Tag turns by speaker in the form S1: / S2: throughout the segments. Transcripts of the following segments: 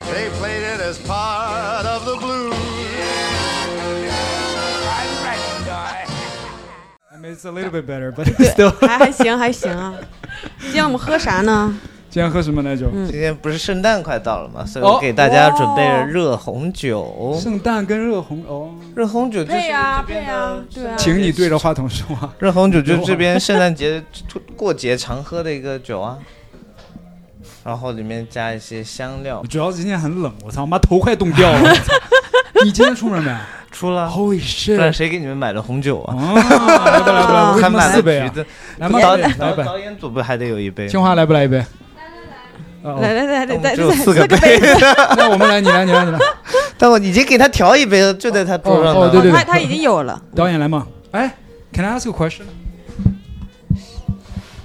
S1: They played it as part of the blues.
S2: I mean, it's a little bit better, but still 。
S3: 还还行还行啊。今天我们喝啥呢？
S2: 今天喝什么奶酒？
S4: 今天不是圣诞快到了嘛，所以
S2: 哦
S4: 我给大家准备
S3: 哦
S4: 了热红酒。
S2: 圣诞跟热红哦，
S4: 热红酒就是
S3: 配呀
S4: 这边
S3: 配呀
S4: 的，
S3: 对啊。
S2: 请你对着话筒说话。
S4: 热红酒就是这边圣诞节过节常喝的一个酒啊。然后里面加一些香料。
S2: 主要是今天很冷，我操，我妈头快冻掉了。我操你今天出门没
S4: 出了，
S2: ？Holy
S4: 不
S2: shit！
S4: 然谁给你们买的红酒啊？
S2: 啊，来吧来吧来吧，为
S4: 还
S2: 什么
S4: 买
S2: 四杯
S4: 了橘
S2: 啊？
S4: 子。
S2: 来吧
S4: 导
S2: 来吧来
S4: 导
S2: 吧，
S4: 导演组不还得有一杯？
S2: 清华来不来一杯？来
S3: 来来来
S4: 但我们
S3: 来来，
S4: 只有
S3: 再
S4: 四个
S3: 个
S4: 杯，
S2: 那我们来，你来，你来，你来。
S4: 但我已经给他调一杯了，就在他桌上呢。
S2: 哦哦对对
S3: 他他已经有了。
S2: 导演来嘛？哎，Can I ask you a question？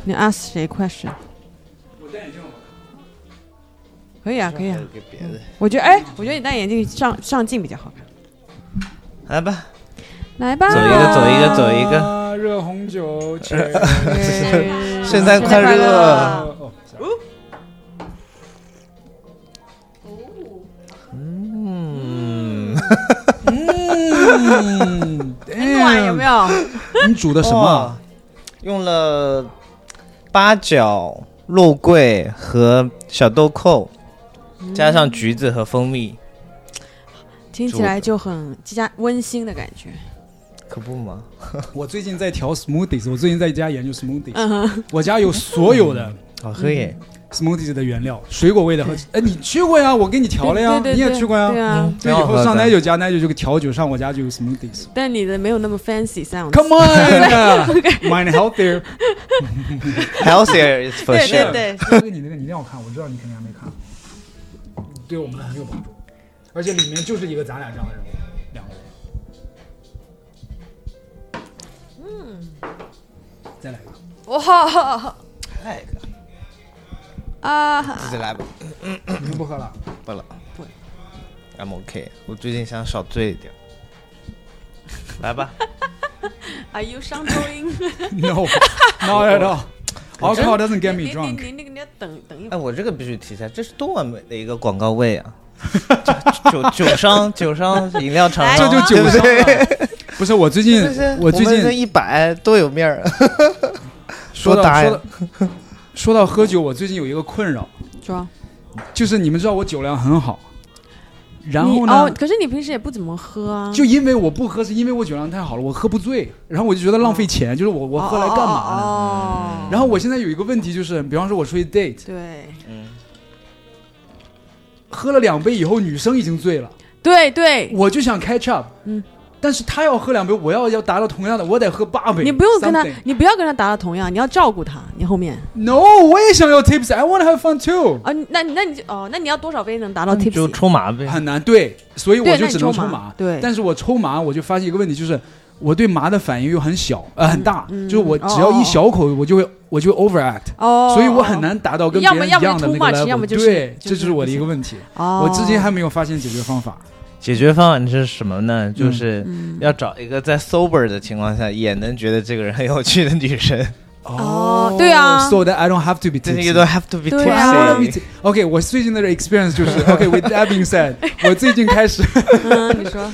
S3: 你 ask 谁 question？可以啊，可以啊。
S4: 给别的，
S3: 我觉得，哎，我觉得你戴眼镜上上镜比较好看。
S4: 来吧，
S3: 来吧，
S4: 走一个走一个走一个
S2: 啊，热红酒，请。
S3: 哎
S4: 圣诞快乐
S3: 乐！
S2: 哦
S4: 嗯，
S2: 嗯，
S3: 很暖有没有？
S2: 有？你煮的什么？
S4: 哇？用了八角、肉桂和小豆蔻，
S2: 嗯
S4: 加上橘子和蜂蜜，
S3: 听起来就很加温馨的感觉。
S4: 可不嘛？
S2: 我最近在调 smoothies，我最近在家研究 smoothies，
S3: 嗯哼，
S2: 我家有所有的
S4: 好喝耶！
S2: 嗯 smoothies 的原料，水果味的和哎，你去过呀？我给你调了呀，
S3: 对对对
S2: 你也去过呀？
S3: 对啊，
S2: 就
S4: 挺
S2: 以
S4: 好喝
S2: 后
S4: 的
S2: 上奶酒家，奶酒就给调酒上我家就有 smoothies。
S3: 但你的没有那么 fancy sound。
S2: Come on，mine healthier。
S4: Healthier is for
S3: 对
S4: sure。
S3: 对
S2: 哥哥，你那个你一定要看，我知道你肯定还没看，对我们很有帮助。而且里面就是一个咱俩这样的人物，两个人。嗯，再来一个。
S3: 对，哇
S4: 哎
S3: 啊！
S4: 自己来吧，
S2: 你们不喝了？
S4: 不了，
S3: 不
S4: ，I'm OK。我最近想少醉一点，来吧。
S3: Are you 上周音？
S2: No, not at all. Alcohol doesn't get me
S3: 你你
S2: drunk.
S3: 你那个你要等等 一会
S4: 哎，
S3: 儿。
S4: 我这个必须提一下，这是多完美的一个广告位啊！ 酒酒酒 商，酒商，饮料厂
S3: 来
S4: 商，
S2: 这就酒商
S4: 对不对
S2: 了。 不是我最近
S4: 这些，
S2: 我最
S4: 们这
S2: 近
S4: 一百多有面儿。
S2: 说
S4: 多
S2: 到
S4: 搭呀
S2: 说到说到喝酒，我最近有一个困扰，
S3: 装。
S2: 就是你们知道我酒量很好，然
S3: 你
S2: 后呢
S3: 哦，，可是你平时也不怎么喝啊。
S2: 就因为我不喝，是因为我酒量太好了，我喝不醉，然后我就觉得浪费钱，就是我我喝来干嘛呢？
S3: 嗯哦，
S2: 然后我现在有一个问题就是，比方说我出去 date，
S3: 对
S2: 喝了两杯以后，女生已经醉了，
S3: 对对，
S2: 我就想 catch up，
S3: 嗯，
S2: 但是她要喝两杯，我要要达到同样的，我得喝八杯。
S3: 你不用跟他
S2: something，
S3: 你不要跟他达到同样，你要照顾他。你后面
S2: No，我也想要 tips，I want to have fun too。
S3: 啊，那那你就哦，那你要多少杯能达到 tipsy？
S4: 就抽麻呗。
S2: 很难对，所以我
S3: 对
S2: 就
S3: 那你
S2: 只能
S3: 抽麻
S2: 麻。
S3: 对
S2: 但是我抽麻，我就发现一个问题，就是我对麻的反应又很小，呃，很大，
S3: 嗯
S2: 就是我
S3: 哦
S2: 只要一小口，我就会我就会 overact，、
S3: 哦，
S2: 所以我很难达到跟别
S3: 要么
S2: 人一
S3: 要么
S2: 样的
S3: 就
S2: 那
S3: too
S2: 个
S3: much，
S2: level。
S3: 要么就是
S2: 对，
S3: 就是
S2: 这就是我的一个问题，
S3: 哦。
S2: 我至今还没有发现解决方法。
S4: 解决方案是什么呢？就是
S3: 嗯
S4: 要找一个在 sober 的情况下也能觉得这个人很有趣的女生。
S3: 哦对啊
S2: ，so that I don't have to be
S4: 这
S2: tipsy
S4: 些都 have to be
S3: 对啊
S2: I wanna be
S4: tipsy。
S2: ti- OK，我最近的 experience 就是 OK。With that being said，我最近开始
S3: 嗯，你说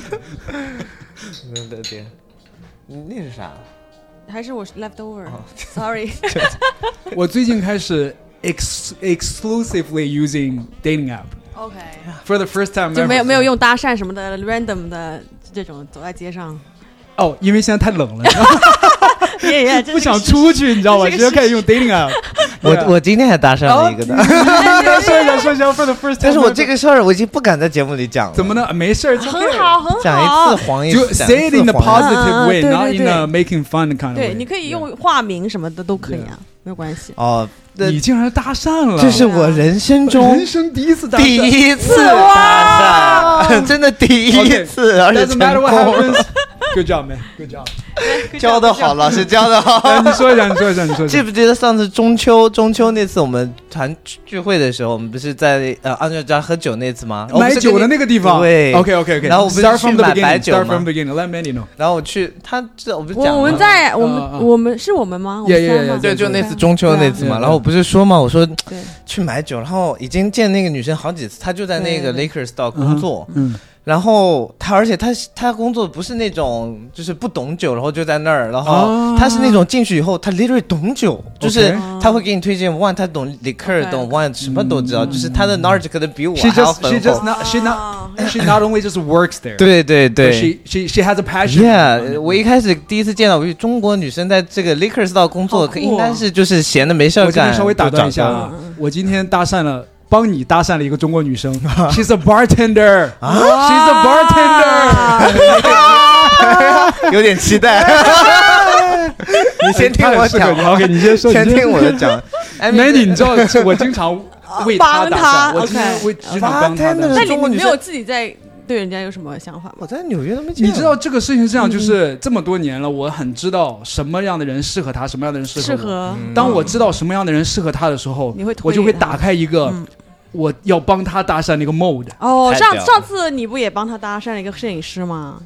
S4: 对对 对，那是啥？
S3: 还是我 leftover
S4: 哦
S3: sorry
S2: 我最近开始 ex exclusively using dating app
S3: OK，
S2: for the first time。
S3: 就没有没有。用搭讪什么的 random 的这种走在街上，
S2: 哦，因为现在太冷了， 你知道吗
S3: 耶耶，这是
S2: 不想
S3: 个事
S2: 出去，你知道吗？
S3: 这
S2: 直
S3: 是个
S2: 接开 始用 dating app。啊
S4: 我
S2: 对啊
S4: 我今天还搭讪
S3: 哦
S4: 了一个呢，
S3: 啊
S2: 说一下说一下 for the first time。
S4: 但是我这个事儿我已经不敢在节目里讲了。
S2: 怎么？呢？没事儿，
S3: 情很。好很好，
S4: 讲一次黄一
S2: 就 say it in the
S3: 嗯
S2: positive
S3: 嗯
S2: way,
S3: 对
S2: not in
S3: 对对
S2: a making fun kind of way。
S3: 对，你可以用化名什么的都可以啊，没有关系。
S4: 哦，那
S2: 你竟然搭讪了，
S4: 这是我人生中
S2: 人生第一次搭
S4: 第
S2: 讪。
S4: 一次搭讪，真的第一次，而且
S2: Doesn't
S4: 成
S2: matter what
S4: 功。
S2: happens, Good job, man. Good job.
S4: 教的好，老师教的好。
S2: 来，你说一下，你说一 下，你说一
S4: 记
S2: 下。
S4: 不记得上次中秋中秋那次我们团聚会的时候，我们不是在呃安哲家喝酒那次吗？我不
S2: 买
S4: 是跟
S2: 酒的
S4: 你
S2: 那个地方。
S4: 对
S2: OK OK OK。
S4: 然后我不是
S2: start from
S4: 去
S2: the
S4: 买白
S2: beginning.
S4: 酒
S2: Start
S4: 吗
S2: from the beginning. Let Mandy know.
S4: 然后我去，他这我不是讲
S3: 我
S4: 了
S3: 我们
S4: 吗
S3: 在我
S2: 啊啊
S3: 们我们是我们吗？我们
S2: Yeah, yeah,
S3: 三
S2: yeah,
S3: 吗
S4: 对，
S2: 对
S4: 就
S2: 对
S4: 那次中秋那次
S2: 对
S4: 嘛。
S2: 啊
S4: 然后我不是说嘛，我说
S3: 对，
S4: 去买酒，然后已经见那个女生好几次，她就在那个
S3: 对
S4: Lakers store Uh-huh. 工作，
S2: 嗯
S4: 然后她而且她她工作不是那种就是不懂酒，然后就在那儿，然后
S2: 啊
S4: 她是那种进去以后她 literally 懂酒，就是她
S3: OK
S4: 会给你推荐 wine，她懂 liquor，
S3: OK
S4: 懂 wine，什么都知道，就是她的 knowledge 可能比我
S2: 嗯，She
S4: 还要
S2: just she
S4: 丰
S2: just
S4: 富。
S2: not she not
S3: 哦
S2: she not only just works there.
S4: 对对
S2: but
S4: 对。
S2: She she she has a passion.
S4: Yeah，我一开始第一次见到，我就中国女生在这个 liquor store 工作，
S3: 好
S4: 可
S3: 酷哦
S4: 应该是就是闲的没事儿
S2: 我这
S4: 干。
S2: 边稍微打断一下
S4: 就找到
S2: 啊，我今天搭讪了，帮你搭讪了一个中国女生 ，She's a bartender 啊，She's a bartender。
S3: 啊
S4: 有点期待。你 先听我讲吧，
S2: ，OK，你先说，
S4: 先
S2: 你
S4: 听我 的 讲。哎
S2: Mandy，你知道我经 常为她打讪，
S3: 帮她
S2: 我经常
S3: OK
S2: 为经常帮她
S4: Bartender
S2: 打
S3: 那
S2: 讪。
S3: 你
S4: 中国
S3: 你
S4: 女
S3: 没
S4: 生
S3: 有自己在对人家有什么想法吗？
S4: 我在纽约都没见过，
S2: 你知道这个事情是这样，
S3: 嗯
S2: 就是这么多年了，我很知道什么样的人适合她，什么样的人适合嗯
S3: 适
S2: 我。
S3: 合
S2: 当我知道什么样的人适合她的时候
S3: 你会，
S2: 我
S3: 推
S2: 就会
S3: 她
S2: 打开一个
S3: 嗯
S2: 我要帮她搭讪的一个 mode。
S3: 哦，
S4: 太
S3: 上
S4: 屌了
S3: 上次你不也帮他搭讪了一个摄影师吗？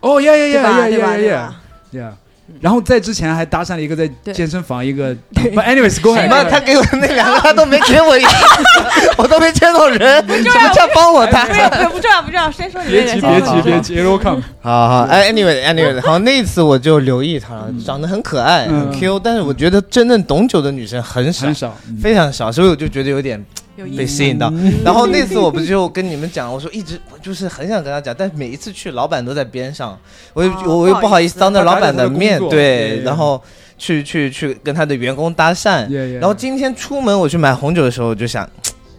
S2: 哦呀呀
S3: 对
S2: 呀
S3: 吧？
S2: 呀
S3: 对吧？
S2: 呀
S3: 对
S2: 呀！
S3: 吧？
S2: Yeah，然后在之前还搭讪了一个在
S3: 对
S2: 健身房一个，But anyways，go
S4: 什
S2: ahead。
S4: 么？他给我那两个，他 都没给我一个，我都没见到人，你就叫帮我搭
S3: 不是，不是不重要，不重要，先说你
S2: 别
S3: 那个，
S2: 急
S3: 先
S2: 别
S3: 说
S2: 急
S3: 你
S2: 别急，It'll come。
S4: 好好，哎，anyway，anyway，好，那次我就 留意她了，长得很可爱，很
S2: 嗯
S4: Q，但是我觉得真正懂酒的女生很少
S2: 很，少，嗯
S4: 非常少，所以我就觉得有点
S3: 有
S4: 被
S3: 意思。
S4: 吸引到。然后那次我不就跟你们讲，我说一直我就是很想跟他讲，但是每一次去老板都在边上，我又、
S2: 啊
S3: 哦
S4: 我我又不
S3: 不
S4: 好
S3: 好
S4: 意
S3: 意
S4: 思
S3: 思
S4: 当着老板
S2: 他打扰他的工
S4: 面
S2: 作
S4: 对，
S2: Yeah, yeah,
S4: 然后去去去跟他的员工搭讪。
S2: Yeah, yeah.
S4: 然后今天出门我去买红酒的时候，我就想。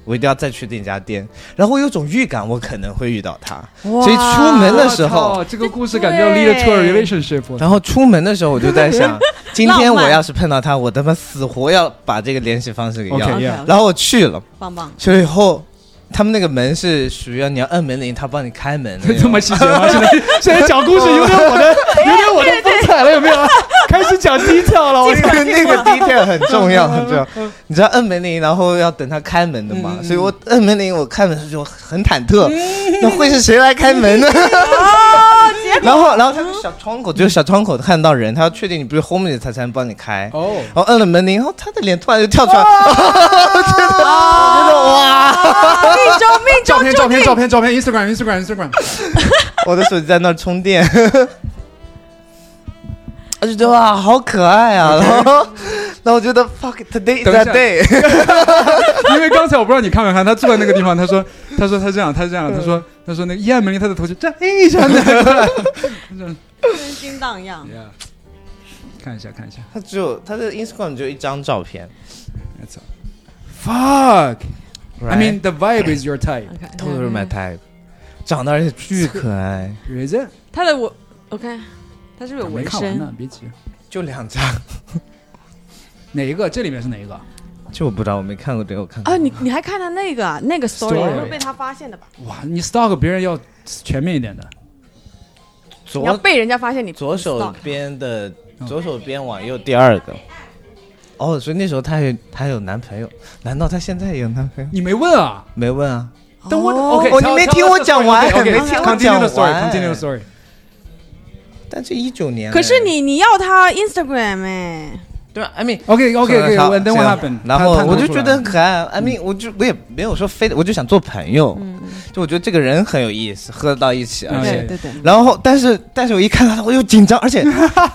S4: 我一定要再去那家店，然后我有种预感，我可能会遇到他。
S3: 哇
S4: 所以出门的时
S2: 我
S4: 候，
S2: 靠，这个故事感觉要 lead to a relationship 了。
S4: 然后出门的时候我就在想，今天
S3: 浪
S4: 我
S3: 漫
S4: 要是碰到他，我他妈死活要把这个联系方式给要
S2: OK，
S4: 了。
S3: OK，
S2: yeah
S4: 然后我去了，
S3: 棒棒，
S4: 所以以后他们那个门是属于要你要按门铃，他帮你开门的那种。
S2: 这么细节吗？现在现在讲故事有点我 的，有点我的风采了，有没有？开始讲 detail 了，我
S4: 那个那个 detail 很重要，很重要。你知道按门铃，然后要等他开门的嘛？所以我按门铃，我开门的时候很忐忑，那会是谁来开门呢？然后然后他就小窗口，就是小窗口看到人，他要确定你不是 homeless，他才能帮你开。
S2: 哦，
S4: 然后按了门铃，然后他的脸突然就跳出来， 我觉得我觉得 哇，
S3: 命中命
S2: 照
S3: 中
S2: 片
S3: 注
S2: 照片
S3: 定
S2: 照片照片，Instagram Instagram Instagram，
S4: 我的手机在那儿充 电。我就觉得哇，好可爱 啊！然后，然后我觉得 fuck it, today is
S2: 等一下
S4: that day。
S2: 因为刚才我不知道你看没看，他坐在那个地方，他说他说他这样他这样，他
S3: 嗯
S2: 说他说那个一按门铃，他的头就这样哎一下那个，
S3: 春心荡漾。
S2: Yeah 看一下看一下
S4: 他只有他的 Instagram 只有一张照片。
S2: ，That's all. Fuck. 哎
S4: right？
S2: I mean 嗯 the vibe is your type.
S3: OK，
S4: totally
S3: 嗯
S4: my type，长得而且巨可爱，
S2: Is it？
S3: 他的我 OK，他是不是有
S2: 没
S3: 纹
S2: 看完
S3: 身？
S2: 呢，别急。
S4: 就两张，
S2: 哪一个？这里面是哪一个？
S4: 就我不知道我没看过这个，我看过
S3: 啊，你你还看他那个啊那个
S2: Story
S3: story 会被他发现的吧？
S2: 哇，你 stalk 别人要全面一点的。
S3: 你要
S4: 左
S3: 被人家发现你
S4: 左手
S3: stalk
S4: 边的左手边往右第二个。嗯哦，所以那时候她有她有男朋友，难道她现在也有男朋友？
S2: 你没问啊？
S4: 没问啊，
S2: 但我
S3: 哦
S2: OK，
S4: 哦你没听我讲完
S2: ，OK，
S4: 没
S3: 听我
S2: continue the
S4: 讲完
S2: story，continue the story。
S4: 但这一九年了，
S3: 可是你你要他 Instagram 哎，
S4: 对啊，I mean。
S2: OK，OK，OK，
S4: 好
S2: 等我
S4: 行
S2: h a p p e n
S4: 然后我就觉得
S2: 哦
S4: 很可爱。I mean，我就我也没有说非得，我就想做朋友，
S3: 嗯
S4: 就我觉得这个人很有意思，喝到一起，而
S2: 嗯
S4: 且
S3: 对对对，
S4: 然后，但是，但是我一看到他，我又紧张，而 且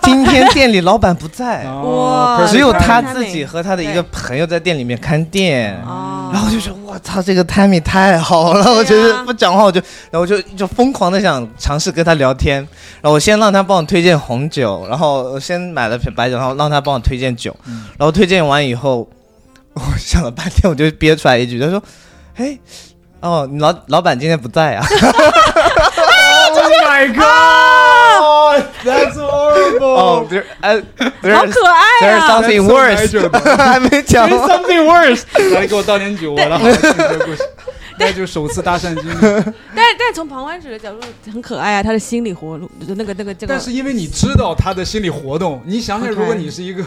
S4: 今天店里老板不 在，
S3: 哇
S4: 只有他
S3: perfect timing
S4: 自己和他的一个朋友在店里面看店。
S3: 哦， 啊
S4: 然后我就说，我操，这个 timing 太好了！我觉得不讲话，我就，然后我就就疯狂的想尝试跟他聊天。然后我先让他帮我推荐红酒，然后我先买了瓶白酒，然后让他帮我推荐酒。
S3: 嗯
S4: 然后推荐完以后，我想了半天，我就憋出来一句，他说：“哎，哦，你老老板今天不 在啊。”
S2: Oh my God，That's
S4: 哦
S2: horrible。
S4: ，there，哎，
S3: 好
S4: there's
S3: 可爱
S4: there's
S3: 啊！
S4: something
S2: That's so
S4: worse，还没讲
S2: There's
S4: 完。
S2: something worse，来给我倒点酒，我来好好听这个故事。那就首次搭讪经历。
S3: 但但从旁观者的角度很可爱啊，他的心理活路那个那个这个。
S2: 但是因为你知道他的心理活动，你想想，
S3: OK
S2: 如果你是一个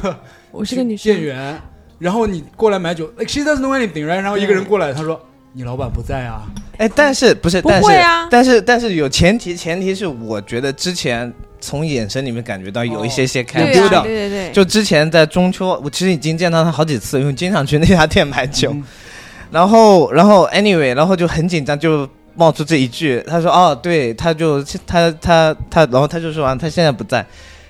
S3: 我是个女生
S2: 店，员，然后你过来买酒，like she doesn't know anything，right？然后一个人过来，他说你老板不在啊，
S4: 哎，但是不是？
S3: 不
S4: 但是
S3: 会啊
S4: 但是但是有前提，前提是我觉得之前从眼神里面感觉到有一些些开
S3: 哦对
S4: 丢
S3: 呀、
S4: 的。
S3: 对对啊对，
S4: 就之前在中秋，我其实已经见到他好几次，因为经常去那家店买酒。 然后，然后，anyway，然后就很紧张，就冒出这一句，他说：“哦，对，他就他他他，然后他就说啊完，他现在不在。”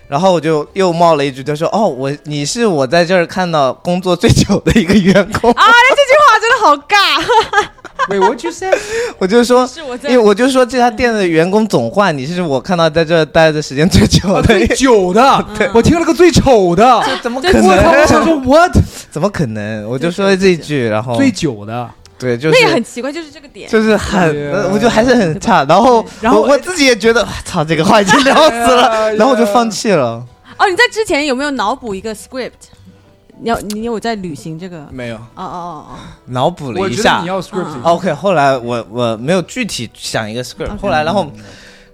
S4: 然后我就又冒了一句，他说：“哦，我你是我在这儿看到工作最久的一个员工。
S3: 啊，那这句话真的好尬。啊
S2: Wait, what you say？
S4: 我就说，
S3: 是我在
S4: 因为我就说这家店的员工总换，你是我看到在这儿待的时间最久
S2: 啊
S4: 的一
S2: 最
S4: 个。
S2: 久的，我听了个最丑的。
S4: 哦这怎么
S3: 这
S4: 可
S2: 我操！我 想
S4: 能？
S2: 说 what
S4: 怎么可能？我就说了这一句，然后
S2: 最久的，
S4: 对，就
S3: 那也很
S4: 是
S3: 奇怪，就是这个点。
S4: 就是很，
S2: Yeah
S4: 呃我就还是很差。然后，
S2: 然后
S4: 我我自己也觉得，哇操，这个话已经聊死了，
S2: Yeah，
S4: 然后我就放弃了。
S3: 哦，你在之前有没有脑补一个 script？你要你有在履行这个？
S4: 没有，
S3: 哦哦
S4: 脑补了
S2: 我
S4: 一
S2: 觉得
S4: 下哦
S2: 你。要
S3: 嗯
S2: script，
S4: OK，后来我我没有具体想一个 script，
S3: OK
S4: 后来然后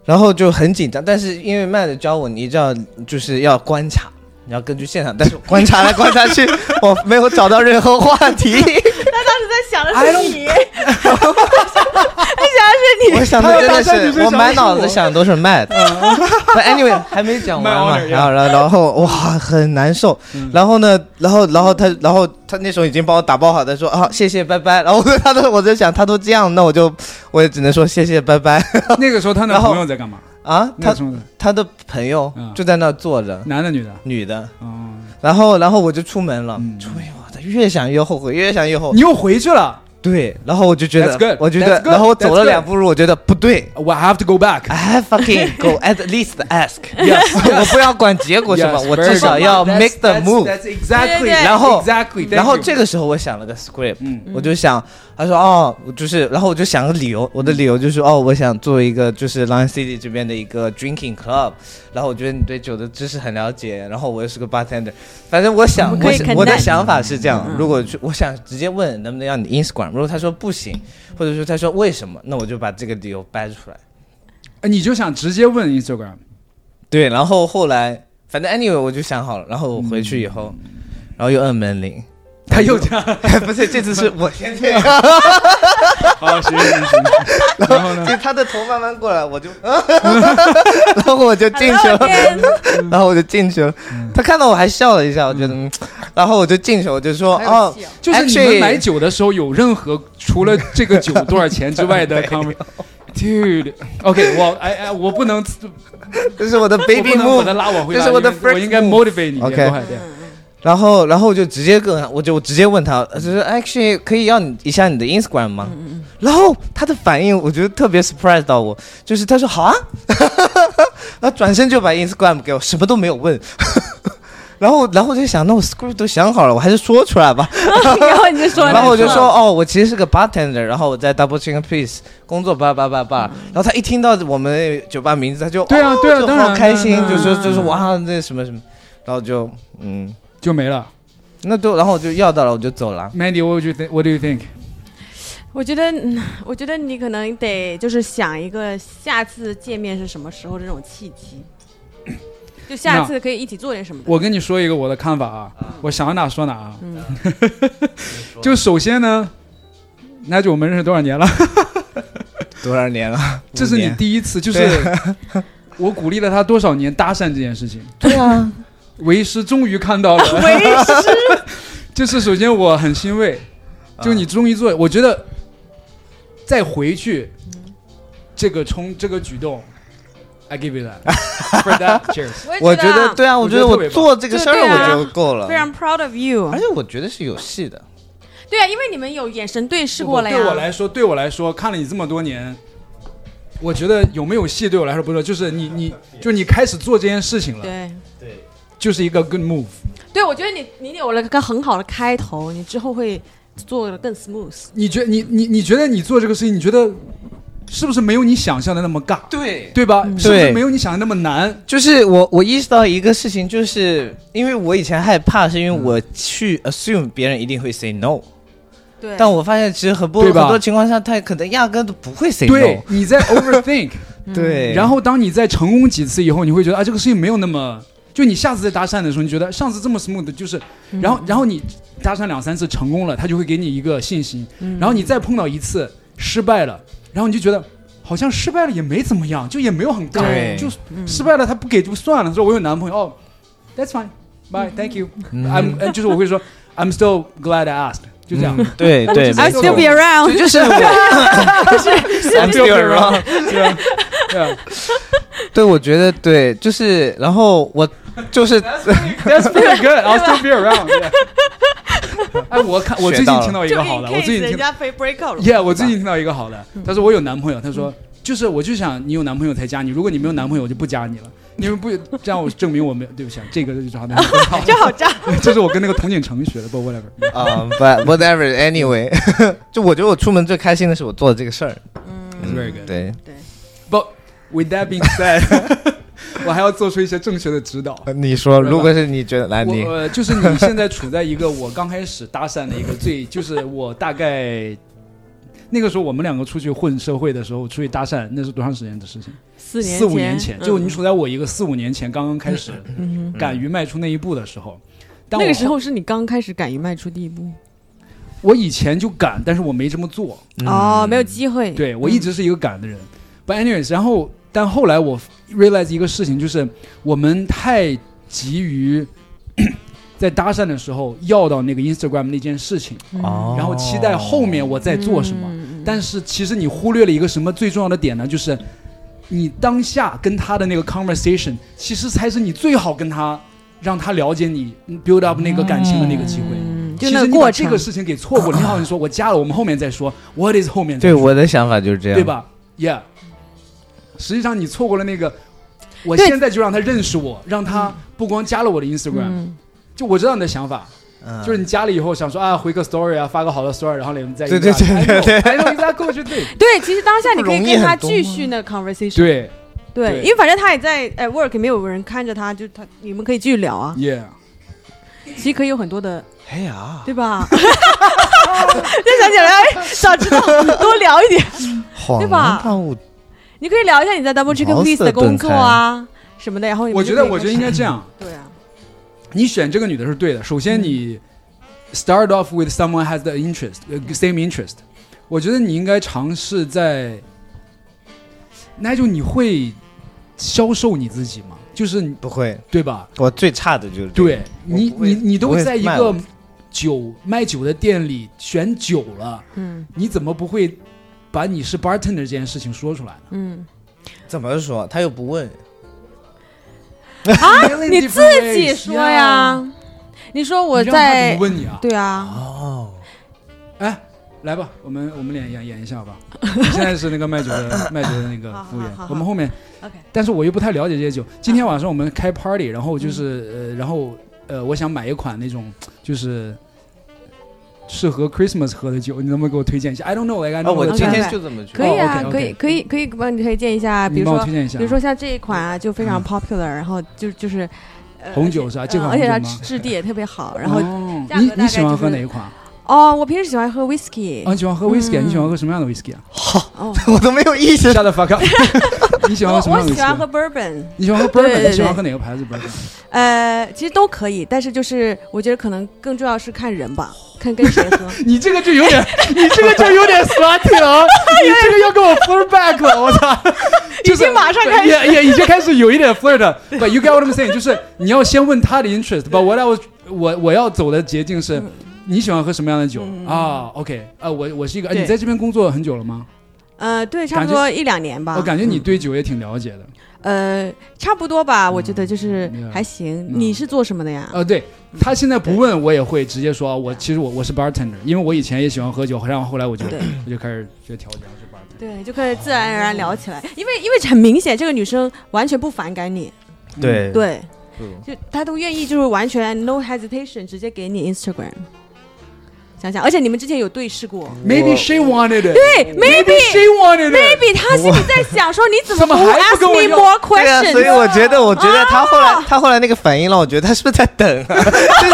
S4: 然后就很紧张，但是因为麦的教我，你一定要就是要观察，你要根据现场，但是我观察来观察去，我没有找到任何话题，
S3: 哦哦，他当时在想的是你， 他
S4: 我想的
S3: 想的是你。
S4: 真的
S2: 他要搭讪你
S4: 是
S2: 是
S4: 我
S2: 想
S4: 满
S2: 的是
S4: 脑子
S2: 我
S4: 想都是麦的。But anyway，还没讲完嘛，
S2: 嗯麦嗯 honor，
S4: 然后然后然后哇很难受，然后呢，然后然后他然后他那时候已经帮我打包好的，他说啊谢谢拜拜，然后我他都我在想他都这样，那我就我也只能说谢谢拜拜
S2: 那个时候她男
S4: 然后
S2: 朋友在 干嘛？
S4: 啊，
S2: 那
S4: 他
S2: 时候呢
S4: 他的朋友
S2: 嗯
S4: 就在那坐着，
S2: 男的女的？
S4: 女的。
S2: 哦，
S4: 然后，然后我就出门了，
S2: 嗯
S4: 出门我操，越想越后悔，越想越后悔。
S2: 你又回去了。
S4: 对，然后我就觉
S2: That's
S4: 得
S2: good,，
S4: 我觉
S2: that's
S4: 得，
S2: good,
S4: 然后我
S2: that's
S4: 走了
S2: good.
S4: 两步路，我觉得不对
S2: 我 have to go back。
S4: ，I fucking go at least ask，
S2: Yes，
S4: 我不要管结果什么，
S2: Yes,
S4: 我
S2: very
S4: 至少
S2: good.
S4: 要 make the move。
S2: That's exactly.
S3: 对对对
S4: 然后
S2: exactly.
S4: 然后这个时候我想了个 script，
S2: 嗯
S4: 我就想，他说哦，我就是，然后我就想个理由，我的理由就是哦，我想做一个就是 Lion City 这边的一个 drinking club，然后我觉得你对酒的知识很了解，然后我又是个 bartender，反正我想
S3: 我们
S4: 我
S3: 可以
S4: 想
S3: connect
S4: 我的想法是这样，
S3: 嗯
S4: 如果去我想直接问能不能要你 Instagram，如果他说不行，或者说他说为什么，那我就把这个理由掰出来。
S2: 哎你就想直接问 Instagram，
S4: 对，然后后来反正 anyway 我就想好了，然后我回去以后，然后又按门铃，
S2: 嗯他又这样。
S4: 不是这次是我先这样。
S2: 好，行行 行。然后呢？
S4: 就他的头慢慢过来，我就， 然后我就进去了
S3: Hello，again
S4: 然后我就进去了。
S2: 嗯
S4: 他看到我还笑了一下，我觉得，嗯然后我就进去，我就说，
S3: 好有
S4: 哦
S3: 戏哦，
S2: 就是你们买
S4: actually-
S2: 酒的时候有任何除了这个酒多少钱之 外的 conver- Dude, OK，我哎哎，我不能，
S4: 哦这是我的
S2: 我
S4: baby
S2: 不能把
S4: move
S2: 他。拉往回来，
S4: 这是我的
S2: 因为
S4: first
S2: 我应该
S4: move
S2: motivate 你。
S4: OK
S2: 多海淀
S4: 然后，然后我就直接跟他，我就我直接问他，
S2: 嗯
S4: 就是 actually 可以要你一下你的 Instagram 吗？然后他的反应，我觉得特别 surprise 到我，就是他说好啊， 然后转身就把 Instagram 给我，什么都没有问。 然后，然后我就想，那我 script 都想好了，我还是说出来吧。
S3: 然后你就说，
S4: 哦然后我就说，哦，我其实是个 bartender，然后我在 Double Chicken Please 工作叭叭叭叭。然后他一听到我们酒吧名字，他就
S2: 嗯对啊
S4: 哦
S2: 对啊
S4: 就
S2: 当然
S4: 好开心
S2: 当，然
S4: 就说就
S3: 当
S4: 是
S3: 然
S4: 哇那什么什么，然后就嗯，
S2: 就没了。
S4: 那都然后我就要到了，我就走了。
S2: Mandy，what do you think? What do you think?
S3: 我觉得，嗯我觉得你可能得就是想一个下次见面是什么时候这种契 机，就下次可以一起做点什么的。
S2: 我跟你说一个我的看法啊，我想哪说哪啊。 就首先呢，那就我们认识多少年了？
S4: 多少年了？
S2: 这是
S4: 五
S2: 你
S4: 年
S2: 第一次，就是 我鼓励了他多少年搭讪这件事情。
S4: 对啊，
S2: 为师终于看到了，
S3: 为师，
S2: 就是首先我很欣慰，
S4: 啊
S2: 就你终于做，我觉得再回去这个冲这个举动，I give you that for that cheers。
S3: 也
S4: 我觉得对啊，
S2: 我
S4: 我
S2: 觉
S4: 觉得
S2: 得特别
S4: 我
S2: 棒
S4: 做这个事儿
S3: 对啊
S4: 我就够了哎
S3: 非，常 proud of you
S4: 而。且我觉得是有戏的。
S3: 对啊，因为你们有眼神对视过了呀。
S2: 对我来说，对我来说，看了你这么多年，我觉得有没有戏对我来说不是，就是你你就你开始做这件事情了，
S3: 对
S2: 就是一个 good move。
S3: 对，我觉得你你有了个很好的开头，你之后会做的更 smooth。
S2: 你觉你你你觉得你做这个事情，你觉得是不是没有你想象的那么尬，
S4: 对
S2: 对吧？是不是
S4: 嗯对
S2: 没有你想的那么难？
S4: 就是我，我意识到一个事情，嗯就是因为我以前害怕，是因为我去 assume 别人一定会 say no，
S3: 对，
S4: 但我发现其实很不
S2: 对
S4: 很
S2: 吧
S4: 多情况下，他可能压根都不会 say
S2: 对
S4: no。
S2: 你在 overthink，
S4: 对，
S2: 然后当你在成功几次以后，你会觉得啊，这个事情没有那么。就你下次再搭讪的时候，你觉得上次这么 smooth，就是，然后然后你搭讪两三次成功了，他就会给你一个信心，然后你再碰到一次失败了，然后你就觉得好像失败了也没怎么样，就也没有很尬
S4: 对，
S2: 就失败了他不给就算了，说我有男朋友，哦，that's fine，bye，thank
S4: 嗯
S2: you，I'm 呃就是我会说 I'm still glad I asked，就这样，
S4: 嗯 对 对，
S2: 就
S4: 没
S3: I
S2: 是
S4: 错
S3: still be around，
S2: 就是
S4: I'm still around
S2: 对啊 对啊
S4: 对，我觉得对，就是，然后我就是，
S2: That's pretty good. I'll still be around. yeah. 哎，我看我最
S4: 学
S2: 近
S4: 到了
S2: 听到一
S3: 就
S2: 个
S3: in
S2: 好的，我
S3: case
S2: 最近
S3: 人
S2: 听
S3: 家被 break out 了。
S2: ，Yeah，我最近听到一个好的，他说我有男朋友，他说就是我就想你有男朋友才加你，如果你没有男朋友我就不加你了。你们不这样，我证明我没有对不起，啊，这个就是啥的，
S3: 这好渣，
S2: 这是我跟那个童景成学的，不 whatever。
S4: 啊、b u t whatever anyway，就 我觉得我出门最开心的是我做的这个事儿。
S3: 嗯
S4: 嗯
S2: It's very good.
S4: 对，
S2: But with that being said，我 还要做出一些正确的指导。
S4: 你说，
S2: 对吧
S4: 如果是你觉得，来
S2: 我
S4: 你，
S2: 呃，就是你现在处在一个我刚开始搭讪的一个最， 就是我大概那个时候我们两个出去混社会的时候出去搭讪，那是多长时间的事情？
S3: 四
S2: 四五年前，
S3: 前，
S2: 就
S3: 嗯
S2: 你处在我一个四五年前刚刚开始
S3: 嗯哼嗯
S2: 敢于迈出那一步的时候。但
S3: 那
S2: 我
S3: 个时，候是你刚开始敢于迈出第一步
S2: 我以前就敢，但是我没这么做。
S4: 嗯
S3: 哦，没有机会。
S2: 对我一
S3: 嗯
S2: 直是一个敢的人。But anyways，然后但后来我 realize 一个事情，就是我们太急于 在搭讪的时候要到那个 Instagram 那件事情，
S4: 哦，
S2: 然后期待后面我在做什么。
S3: 嗯
S2: 但是其实你忽略了一个什么最重要的点呢？就是你当下跟他的那个 conversation，其实才是你最好跟他让他了解你嗯 build up 那个感情的那个机会。
S3: 嗯，
S2: 其
S3: 就那
S2: 实
S3: 个
S2: 你把
S3: 过
S2: 这
S3: 程
S2: 个事情给错过了，你好像说我加了，我们后面再说，what is 后面再
S4: 对
S2: 说，
S4: 我的想法就是这样，
S2: 对？吧？Yeah，实际上你错过了那个，我
S3: 对
S2: 现在就让他认识我，让他不光加了我的 Instagram，、
S3: 嗯
S2: 就我知道你的想法，
S4: 嗯
S2: 就是你加了以后想说啊回个 story 啊，发个好的 story，然后你们再
S4: 对对对对对
S2: 哎，然后一家过去对
S3: 嗯对，其实当下你可以
S4: 容易
S3: 跟他
S4: 很多
S3: 继
S4: 吗
S3: 续那个 conversation，
S2: 啊对对
S3: 对，因为反正他也在哎 work，没有人看着他，就他你们可以继续聊啊。
S2: ，Yeah，嗯
S3: 其实可以有很多的，
S4: 哎呀，
S2: 啊
S3: 对 吧？ 就想起来，哎，早知道多聊一点。
S4: 恍
S3: 对吧
S4: 然大悟，
S3: 你可以聊一下你在 Double Chicken
S4: 茅塞
S3: Please 的工
S4: 顿
S3: 作啊什么的，然后你们
S2: 我
S3: 就
S2: 觉得
S3: 可以
S2: 我觉得应该这样，
S3: 对啊，
S2: 你选这个女的是对的。首先
S4: 嗯
S2: 你 start off with someone has the interest，呃 same interest，我觉得你应该尝试在，那就你会销售你自己吗？就是你
S4: 不会，
S2: 对吧？
S4: 我最差的就是这个
S2: 对你
S4: 我不
S2: 你
S4: 会
S2: 你
S4: 不
S2: 都
S4: 会
S2: 在一
S4: 卖
S2: 个
S4: 我
S2: 酒卖酒的店里选酒了，
S3: 嗯
S2: 你怎么不会把你是 bartender 这件事情说出来呢？
S3: 嗯，
S4: 怎么说，他又不问，
S2: 啊
S3: 你自己说呀，你说我在，
S2: 问你啊？
S3: 对啊，
S4: 哦，
S2: 哎，来吧，我们我们演演演一下吧。你现在是那个卖酒 的卖酒的那个服务员
S3: 好好好，好
S2: 我们后面
S3: OK
S2: 但是我又不太了解这些酒。今天晚上我们开 party，然后就是呃，然后呃，我想买一款那种就是适合 Christmas 喝的酒，你能不能给我推荐一下？I don't know，like I
S4: 哦，
S2: don't
S4: 我
S2: know
S4: 今
S2: that-
S4: 天就这么觉
S3: 可
S4: 得，
S3: 以啊，
S2: 哦，OK，OK
S3: 可以可以可以帮你推荐一下，啊比
S2: 你
S3: 如
S2: 帮我
S3: 说
S2: 推荐一下。嗯
S3: 比如说像这一款啊，就非常 popular，然后就就是呃
S2: 红酒是吧
S3: 而且
S2: 这款
S3: 嗯而且它
S2: 红酒吗
S3: 质地也特别好，然后
S2: 哦
S3: 价格
S2: 你
S3: 大概
S2: 你喜欢
S3: 就是
S2: 喝哪一款？
S3: 哦，我平时喜欢喝 whisky，
S2: 啊，你喜欢喝 whisky？啊
S3: 嗯
S2: 你喜欢喝什么样的 whisky 啊
S3: 哦，
S4: 我都没有意识
S2: ？Shut the fuck up！你 喜
S3: 我
S2: 欢喝什么
S3: 我
S2: 样的
S3: 喜欢
S2: whisky？啊
S3: 喝 bourbon，
S2: 你喜欢喝
S3: 对对
S2: bourbon？你喜欢
S3: 对
S2: 喝哪个牌子 bourbon？
S3: 呃，其实都可以，但是就是我觉得可能更重要是看人吧，看跟谁 喝。
S2: 你这个就有点， 你这个就有点 slutty 了啊，你这个要跟我 flirt back 了，我操！就是
S3: 已经马上开始
S2: 也也已经开始有一点 flirt 了。But you get what I'm saying？就是你要先问他的 interest。But what I was 我我要走的捷径是，
S3: 嗯
S2: 你喜欢喝什么样的酒啊？OK，啊，我我是一个，哎
S3: 对
S2: 你在这边工作很久了吗？
S3: 呃，对，差不多一两年吧。
S2: 我感觉你对酒也挺了解的。
S3: 呃，差不多吧，我觉得就是
S2: 嗯
S3: 还行。
S2: 嗯
S3: 你是做什么的呀？
S2: 呃，对他现在不问我也会直接说，啊我其实我我是 bartender，因为我以前也喜欢喝酒，然后后来我就
S3: 对
S2: 我就开始学调酒，我是 bartender。
S3: 对，就可以自然而然聊起来，因为因为很明显，这个女生完全不反感你，
S4: 对
S3: 对，
S4: 嗯
S3: 就她都愿意就是完全 no hesitation 直接给你 Instagram。想想，而且你们之前有对视过
S2: Maybe she wanted it.
S3: 对
S2: 嗯 Maybe she wanted it.
S3: ，maybe 她心里在想说你怎么
S2: 怎么
S3: 不
S2: 还不
S3: ask
S2: 跟我
S3: me
S2: 要
S3: more
S4: 对啊，所以
S3: questions？
S4: 我觉得，我觉得他后来，他后来那个反应让我觉得他是不是在等啊？就是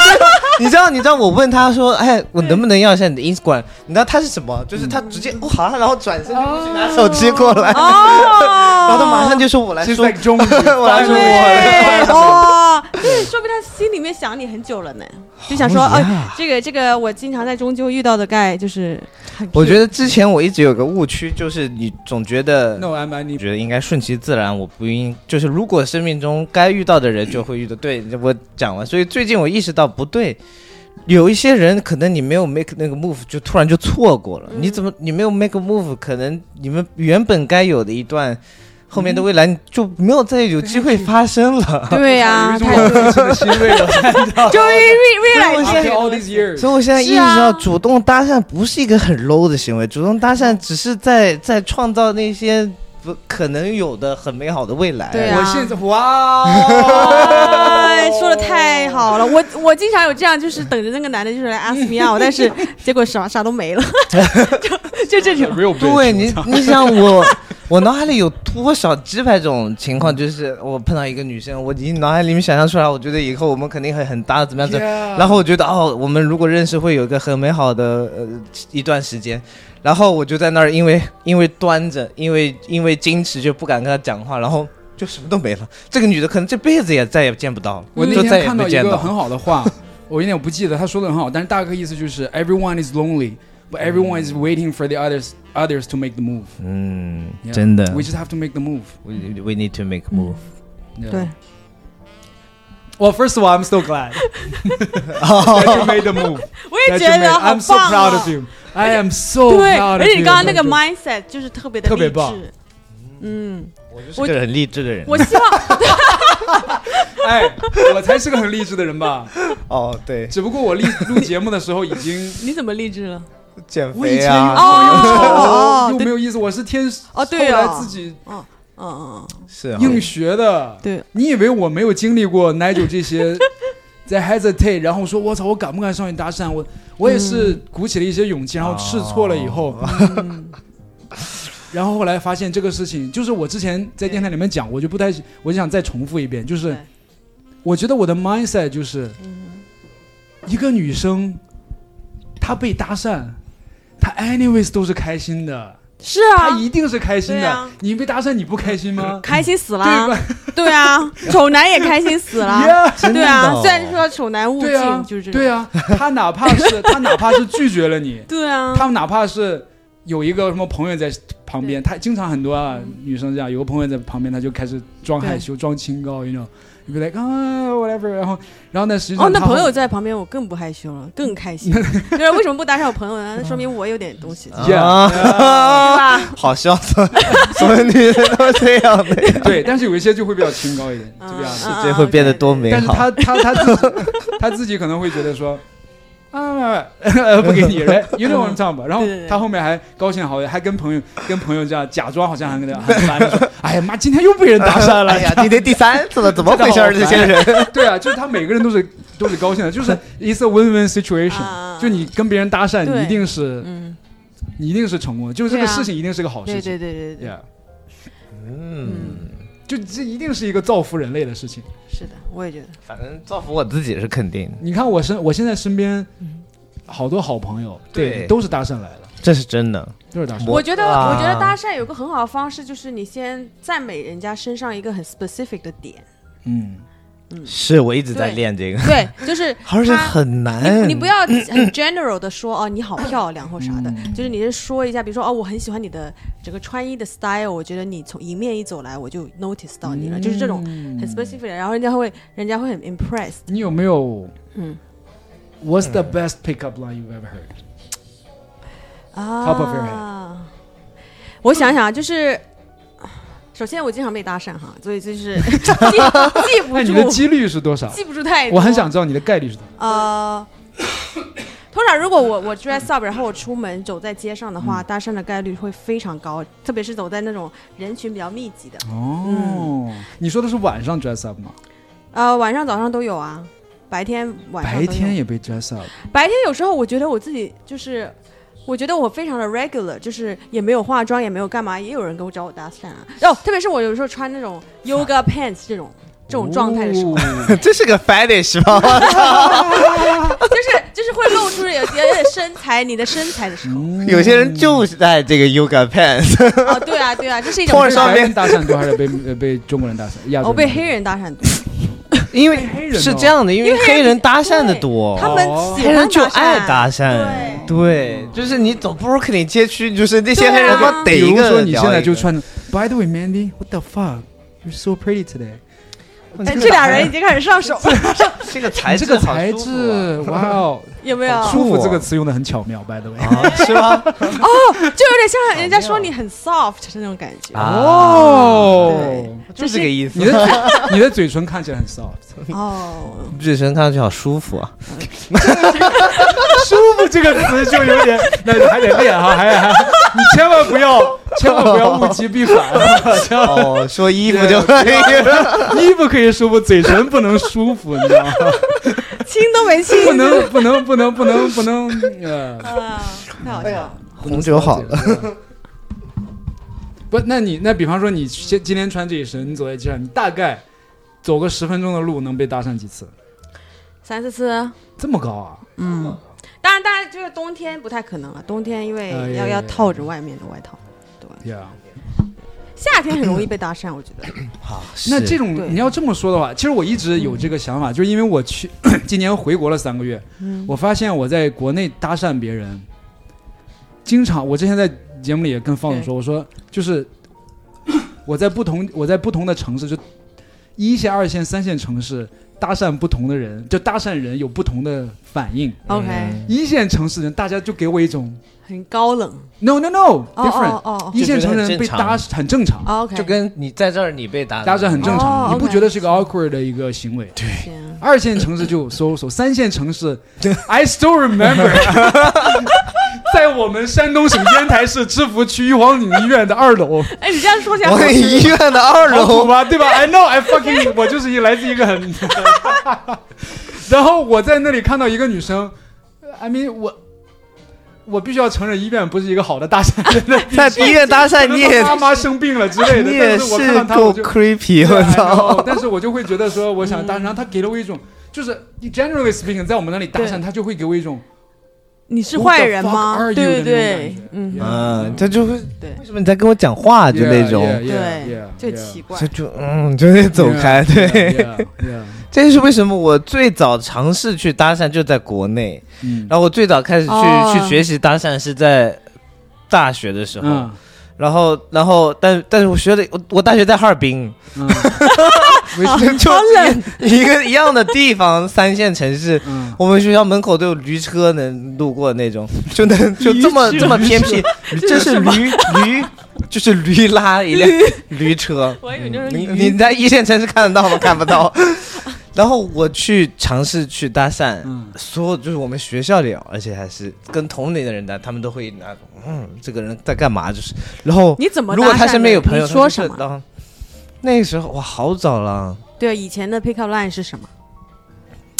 S4: 你知道，你知道，我问他说，哎，我能不能要一下你的 Instagram？你知道他是什么？就是他直接哇，然后转身就去拿手机过来，然后
S3: 哦，
S4: 他马上就说我来
S2: 就
S4: 说
S2: 在，中午
S4: 我来说我来
S3: 对，
S4: 说。
S3: 哦，对，说明他心里面想你很久了呢，就想说，
S4: 好呀
S3: 哦，这个这个，我经常在中秋遇到的 guy 就是很 cute，
S4: 我觉得之前我一直有个误区，就是你总觉得
S2: No I'm
S4: 我
S2: any
S4: 觉得应该顺其自然，我不应就是如果生命中该遇到的人就会遇到。对我讲了，所以最近我意识到不对，有一些人可能你没有 make 那个 move，就突然就错过了。
S3: 嗯
S4: 你怎么你没有 make a move，可能你们原本该有的一段，后面的未来你就没有再有机会发生了。
S3: 对呀，
S2: 有一种
S3: 他
S2: 老父亲的欣慰了。
S3: 终于 realize
S4: 我
S2: After
S4: 现在
S2: all these years，
S4: 所以我现在意识
S3: 是
S4: 到，
S3: 啊
S4: 主动搭讪不是一个很 low 的行为，主动搭讪只是在在创造那些不可能有的很美好的未来。
S3: 对啊
S2: 我现在哇
S3: 哎
S2: 哦，，
S3: 说的太好了，我我经常有这样，就是等着那个男的就是来 ask me out，但是结果啥啥都没了，就就这种。
S2: real bitch，
S4: 对你，你想 我，我脑海里有多少几百种情况，就是我碰到一个女生，我已经脑海里面想象出来，我觉得以后我们肯定很很搭，怎么样怎么样。然
S2: 然
S4: 后我觉得哦，我们如果认识会有一个很美好的呃一段时间，然后我就在那儿，因为因为端着，因为因为矜持就不敢跟她讲话，然后就什么都没了。这个女的可能这辈子也再也见不到了，
S2: 我那
S4: 就再
S2: 天
S4: 也
S2: 看
S4: 没
S2: 到一
S4: 见
S2: 个
S4: 到。
S2: 很好的话，我有点不记得他说的很好，但是大概意思就是 everyone is lonely。But everyone is waiting for the others others to make the move.
S4: 嗯
S2: Yeah，
S4: 真的
S2: We just have to make the move.
S4: we we need to make move。
S2: Yeah.
S3: 对
S2: Well, first of all, I'm so glad that you made the move.
S3: 我
S2: that you
S3: 也觉
S2: made.
S3: 得好
S2: I'm so
S3: 棒
S2: proud
S3: 哦
S2: of！you. I am so
S3: 对，
S2: proud
S3: 而
S2: of you.
S3: 且你刚刚那个 mindset 就是特别的
S2: 特别
S3: 励
S2: 棒
S3: 志。嗯，
S4: 我就是
S3: 我
S4: 个很励志的人。
S3: 我希望
S2: 哎，我才是个很励志的人吧？
S4: 哦，对，
S2: 只不过我录录节目的时候已经
S3: 你怎么励志了？
S4: 减
S2: 我以
S4: 肥
S2: 前
S4: 啊，
S3: 哦
S2: 又又没有意思，我是天
S3: 哦对
S2: 后
S3: 啊
S2: 来自己
S3: 嗯嗯，
S4: 是
S2: 硬学的。
S3: 对，
S2: 你以为我没有经历 过 Nigel 这些，在 hesitate，然后说我操，我敢不敢上去搭讪？我我也是
S3: 嗯
S2: 鼓起了一些勇气，然后试错了以后，嗯然后后来发现这个事情，就是我之前在电台里面讲，我就不太，我就想再重复一遍，就是
S3: 对嗯
S2: 我觉得我的 mindset 就是，一个女生她被搭讪，她 anyways 都是开心的，
S3: 是
S2: 她
S3: 啊，
S2: 一定是开心
S3: 对
S2: 的
S3: 啊。
S2: 你被搭讪你不开心吗？
S3: 开心死
S2: 对
S3: 了，
S2: 吧
S3: 对 啊，丑男也开心死了，
S2: ？Yeah
S4: 真的
S3: 对啊，
S4: 哦
S3: 虽然说丑男勿
S2: 对啊
S3: 近，，就是这
S2: 对
S3: 种，
S2: 啊，她哪怕 是她哪怕是拒绝了你，
S3: 对啊，
S2: 她哪怕是有一个什么朋友在旁边，她经常很多啊
S3: 嗯
S2: 女生这样，有个朋友在旁边，她就开始装害羞、装清高，you know。你 like 啊，whatever，然后，然后那实际上
S3: 哦，那
S2: 她
S3: 朋友在旁边，我更不害羞了，更 开心。就是为什么不搭讪我朋友
S2: 嗯
S3: 呢？那说明我有点东西，对
S4: 啊，
S3: 吧？
S4: 好笑，所所有女人都这样的，
S2: 对，但是有一些就会比较清高一点， 这个样子。
S3: 嗯
S4: 世界啊会变得多美
S2: 但是
S4: 好。
S2: 他他他自己 他自己可能会觉得说。啊， 不给你人，因为我们唱吧。然后
S3: 对对对
S2: 他后面还高兴好，还跟朋友跟朋友这样假装好像很很烦的说：“哎呀妈，今天又被人搭讪了。
S4: 哎呀，今天第三次 了，怎么回事儿？这些人，
S2: 对啊，就是他每个人都是都是高兴的，就是 it's a win-win situation、
S3: 啊
S2: 就你跟别人搭讪，你
S3: 对
S2: 一定是
S3: 嗯，
S2: 你一定是成功的，就是这个
S3: 对啊
S2: 事情一定是个好
S3: 对
S2: 事情。
S3: 对对对对，
S2: Yeah，
S4: 嗯，
S2: 就这一定是一个造福人类的事情。
S3: 是的，我也觉得。
S4: 反正造福我自己是肯定的，
S2: 你看我身我现在身边
S3: 嗯
S2: 好多好朋友，
S4: 对
S2: 都是搭讪来的，
S4: 这是真的。
S2: 都是搭讪。
S4: 我
S3: 我觉得，
S4: 啊
S3: 我觉得搭讪有个很好的方式，就是你先赞美人家身上一个很 specific 的 点，
S2: 嗯。
S4: 是我一直在练这个，
S3: 对，就是
S4: 而且
S3: 他
S4: 很难。
S2: 哎
S3: 你你不要很 general 的说哦，你好漂亮或啥的，
S2: 嗯
S3: 就是你是说一下，比如说哦，我很喜欢你的整个穿衣的 style，我觉得你从迎面一走来，我就 notice 到你了，就是这种
S2: 嗯
S3: 很 specific，的然后人家会人家会很 impressed。
S2: 你有没有？
S3: 嗯
S2: ，What's the best pickup line you've ever heard？Top of your head
S3: 啊，我想想，就是首先我经常被搭讪哈，所以就是 记记
S2: 那
S3: 不
S2: 哎你的
S3: 住，
S2: 几率是多少？
S3: 记不住太多。
S2: 我很想知道你的概率是多少。
S3: 呃，通常如果我我 dress up，然后我出门走在街上的
S2: 嗯
S3: 话，搭讪的概率会非常高，特别是走在那种人群比较密集的。
S2: 嗯
S3: 嗯
S2: 哦，你说的是晚上 dress up 吗？
S3: 呃，晚上、早上都有啊，白天、晚上都
S2: 白
S3: 有
S2: 天也被 dress up。
S3: 白天有时候我觉得我自己就是。我觉得我非常的 regular，就是也没有化哦妆，也没有干嘛，也有人给我找我搭讪啊。然后特别是我有时候穿那种 yoga pants 这种，这种状态的时候，
S2: 哦
S4: 这是个 fetish 吗？
S3: 就是就是会露出有有点身材，你的身材的时候，
S4: 有
S2: 嗯
S4: 些人就是在这个 yoga pants，
S3: 哦，对啊对啊，这是一种
S4: 或者说
S2: 白人打闪躲还是被 呃被中国人打闪？亚洲
S3: 我哦被
S2: 人
S3: 黑人搭讪多，
S4: 因为
S2: 黑人哦
S4: 是这样的，因为黑人搭讪的多，
S3: 他们
S2: 哦
S3: 喜
S4: 黑
S3: 欢哎
S4: 人就爱搭讪，
S3: 对
S4: 对，就是你走布鲁克林街区，就是那些黑人
S3: 对啊
S4: 他妈逮
S2: 比
S4: 一
S2: 如
S4: 个
S2: 说你现
S4: 聊
S2: 在
S4: 一
S2: 就
S4: 个，
S2: 穿着，By the way, Mandy, what the fuck? You're so pretty today.
S3: 哎，这俩人已经开始上手了，
S4: 哎这个材质
S2: 这个
S4: 好
S2: 材
S4: 舒服啊
S2: 质，哇 哦，
S3: 有没有？
S4: 好
S2: 舒
S4: 酷
S2: 服
S4: 哦
S2: 这个词用的很巧妙。By the way，
S4: 啊，啊是吗？
S3: 就有点像人家说你很 soft 的那种感觉
S4: 啊
S2: 哦，
S4: 就这个意思
S2: 你。的嘴，你 的嘴唇看起来很 soft，
S3: 哦，
S4: 这身看上去好舒服啊！
S2: 舒服这个词就有点，那你还得练哈，还还，你千万不要，千万不要物极必反，千万
S4: 哦，说衣服就 可以，
S2: 衣服可以舒服，嘴唇不能舒服，你知道吗？
S3: 亲都没 亲，
S2: 不能不能不能不能不能，呃，
S3: 啊，太好笑了。
S4: 红酒好了。
S2: 了。不，那你那比方说你今今天穿这一身，你走在街上，你大概走个十分钟的路能被搭讪几次？
S3: 三四次，
S2: 这么高啊？
S3: 嗯，当然，当然就是冬天不太可能了，冬天因为
S2: 哎
S3: 要
S2: 呀
S3: 要
S2: 呀
S3: 套着外面的外套，
S2: 呀、
S3: 夏天很容易被搭讪，我觉得。
S2: 那这
S3: 对嗯
S2: 种你要这么说的话，其实我一直有这个想法，就是因为我去 今年回国了三个月，我发现我在国内搭讪别人，经常我之前在节目里也跟方总说，我说就是 我在不同我在不同的城市，就一线、二线、三线城市搭讪不同的人，就搭讪人有不同的反应。
S3: OK，
S2: 一线城市人大家就给我一种
S3: 很高冷。
S2: no no no
S3: 哦
S2: different，、
S3: 哦哦
S2: 一线城市人被搭很正常。
S3: 哦，OK，
S4: 就跟你在这儿，你被打
S2: 搭讪很正常，
S3: 哦
S2: 你不
S3: OK
S2: 觉得是个 awkward 的一个行为？
S3: 行
S2: 二线城市就搜索，三线城市 I still remember，在我们山东省烟台市知府区玉皇岭医院的二楼，
S3: 哎，你这样说起来
S4: 我
S3: 好
S4: 们
S3: 像
S4: 医院的二
S2: 好土
S4: 楼，
S2: 吧，对吧？I know I fucking，我 就是一来自一个很， 然后我在那里看到一个女生，I mean 我。我必须要承认，医院不是一个好的 搭讪人的地
S4: 在
S2: 方。
S4: 医院搭讪，
S2: 可能
S4: 你
S2: 她
S4: 也
S2: 妈妈生病了之类的，
S4: 你也
S2: 但是我看
S4: 是
S2: 到她我
S4: 够
S2: 就
S4: creepy，
S2: 对
S4: 我
S2: I
S4: 操
S2: know，！但是我就会觉得说，我
S3: 嗯
S2: 想搭讪，然后他给了我一种，就是你 generally speaking，在我们那里搭讪，
S3: 对
S2: 他就会给我一种
S3: 你是坏人吗
S2: Who the fuck？are
S3: 对
S2: you？的那
S3: 对对
S2: 种感觉，
S3: 嗯，
S4: 嗯，他就会
S3: 对
S4: 为什么你在跟我讲话啊就那种，
S3: 对，就奇怪
S4: 就。就嗯，就得走开。对，
S2: 对，yeah，
S4: 这就是为什么我最早尝试去搭讪就在国内，
S2: 嗯，
S4: 然后我最早开始去
S3: 哦
S4: 去学习搭讪是在大学的时候
S2: 嗯，
S4: 然后然后但但是我学的我我大学在哈尔滨，
S2: 嗯，
S4: 就 就
S3: 好冷
S4: 一个一样的地方，三线城市，
S2: 嗯，
S4: 我们学校门口都有驴车能路过那种，就 能就这么
S2: 驴车
S4: 这么偏 僻，这是驴驴，就是驴拉一辆驴车。
S3: 我以为就是
S4: 你你在一线城市看得到吗？看不到。 然后我去尝试去搭讪，
S2: 嗯
S4: 所有就是我们学校里，而且还是跟同龄的人搭，他们都会拿，嗯，这个人在干嘛？就是，然后
S3: 你怎么搭讪
S4: 如果他身边有朋友，
S3: 你说
S4: 他就
S3: 什
S4: 是
S3: 么？
S4: 然后那个时候哇，好早了。
S3: 对，以前的 pick up line 是什么？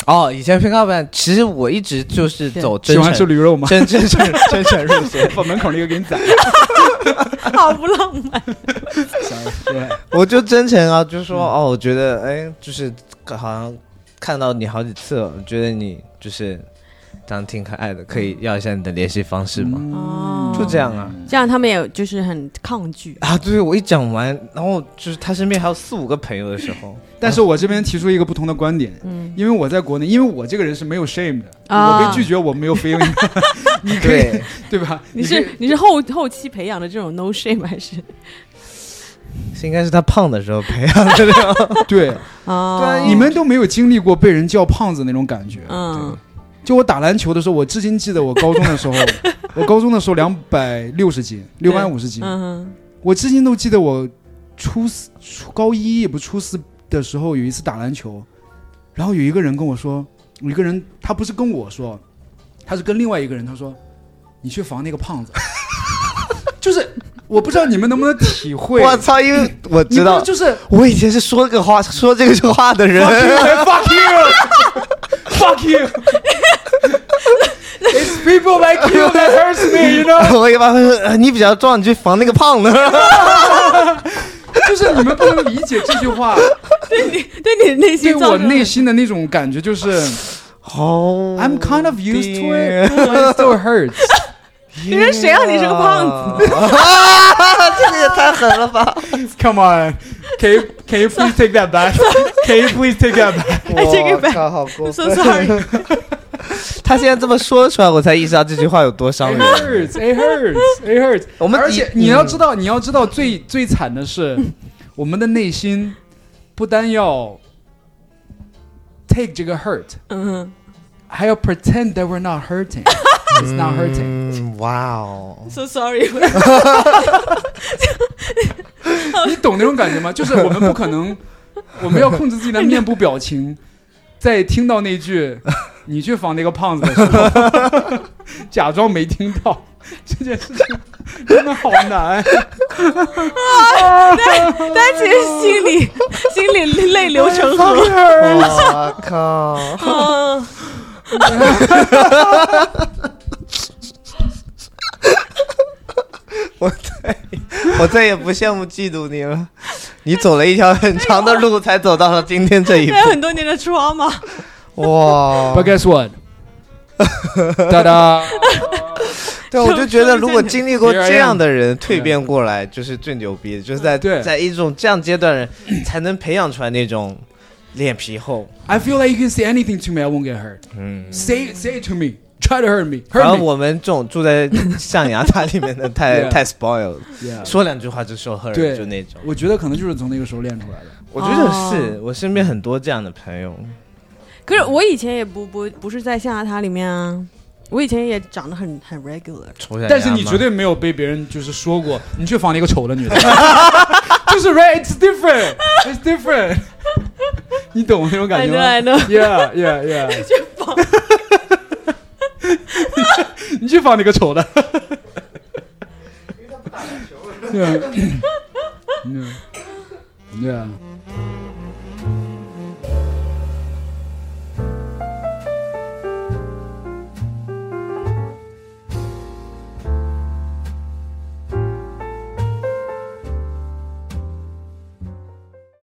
S4: 哦，以前 pick up line，其实我一直就是
S3: 对
S4: 走 真
S2: 喜
S4: 诚
S2: 欢吃驴 肉吗？
S4: 真真诚真诚入 学。
S2: 把门口那个给你宰了，
S3: 好不浪漫。
S2: 对，
S4: 我就真诚啊，就说哦，我觉得哎，就是好像看到你好几次了，我觉得你就是长得挺可爱的，可以要一下你的联系方式吗？
S2: 嗯
S3: 哦
S4: 嗯就这样啊。
S3: 这样他们也就是很抗拒。
S4: 啊，对，我一讲完，然后就是他身边还有四五个朋友的时候，
S2: 但是我这边提出一个不同的观点，
S3: 嗯
S2: 因为我在国内，因为我这个人是没有 shame 的，
S3: 啊
S2: 我被拒绝我没有 feeling，你可以
S4: 对，
S2: 对吧？
S3: 你
S2: 可以
S3: 是你是后后期培养的这种 no shame 还 是
S4: 是应该是他胖的时候培养的这种。
S2: 对，
S3: 啊？
S4: 对啊因为
S2: 你们都没有经历过被人叫胖子那种感觉。
S3: 嗯
S2: 就我打篮球的时候，我至今记得我高中的时候，我高中的时候两百六十斤，六百五十斤，
S3: 嗯
S2: 我至今都记得我初四、初高一也不初四的时候，有一次打篮球，然后有一个人跟我说，有一个人他不是跟我说，他是跟另外一个人，他说你去防那个胖子，就是我不知道你们能不能体会，
S4: 我操，因 为我
S2: 你
S4: 知
S2: 不
S4: 道，
S2: 就是
S4: 我以前是说这个话说这个话的人。
S2: fuck you, 哎 fuck you. It's people like you that
S4: 啊
S2: hurts me, you know.
S4: 我一般会说，呃你比较壮，你去防那个胖子。
S2: 就是你们不能理解这句 话
S3: 对你内
S2: 对
S3: 心造
S2: 我
S3: 成
S2: 内心的那种感觉，就是
S4: 哦
S2: I'm kind of used to
S4: dear
S2: it, but it still hurts。
S4: 你
S3: 说谁啊让你是个胖
S4: 子？这个也太狠了吧！
S2: Come on, can you can you please take that back? Can you please take that back?
S3: 哎这个
S4: 我
S3: 吧
S4: 靠，好过
S3: so
S4: 分！
S3: sorry，
S4: 他现在这么说出来，我才意识到这句话有多伤
S2: It
S4: 人。
S2: hurts, it hurts, it hurts。
S4: 我们
S2: 而
S4: 以
S2: 且你要
S4: 嗯
S2: 知道，你要知道最最惨的 是，我们的内心不单要 take 这个 hurt，
S3: 嗯，
S2: 还要 pretend that we're not hurting. It's not hurting.
S4: 嗯，哇哦，
S3: so sorry，
S2: 你懂那种感觉吗？就是我们不可 能，我们要控制自己的面部表情，在听到那句“你去防那个胖子”的时候， 假装没听到这件事情，真的好难。
S3: 但其实心里心里泪流成 河。
S4: 我靠！
S3: 嗯，
S4: 我再也不羡慕嫉妒你了。你走了一条很长的路，才走到了今天这一
S3: 还有
S4: 步。
S3: 很多年的 trauma，
S4: 哇
S2: But！guess what？哒哒，
S4: 对，我就觉得如果经历过
S2: Here I am
S4: 这样的人蜕变过来，就是最牛逼的，就是在
S2: 对
S4: 在一种这样阶段的人才能培养出来那种脸皮厚。
S2: I feel like you can say anything to me, I won't get hurt.
S4: 嗯，
S2: Say say it to me, try to hurt me,
S4: 然后
S2: hurt me.
S4: 我们这种住在象牙塔里面的太
S2: Yeah
S4: 太 spoiled，
S2: Yeah
S4: 说两句话就受 hurt，
S2: 啊嗯对
S4: 就那种。
S2: 我觉得可能就是从那个时候练出来的。
S4: 我觉得是我身边很多这样的朋友。
S3: 可是我以前也不不不是在象牙塔里面啊，我以前也长得很很 regular，
S4: 丑小鸭
S2: 但是你
S4: 吗
S2: 绝对没有被别人就是说过你去仿了一个丑的女 的，就是 right it's different it's different，你懂那种感觉
S3: I
S2: 吗
S3: know, I know.
S2: ？Yeah yeah yeah，去
S3: 仿，
S2: 你去仿那个丑的。对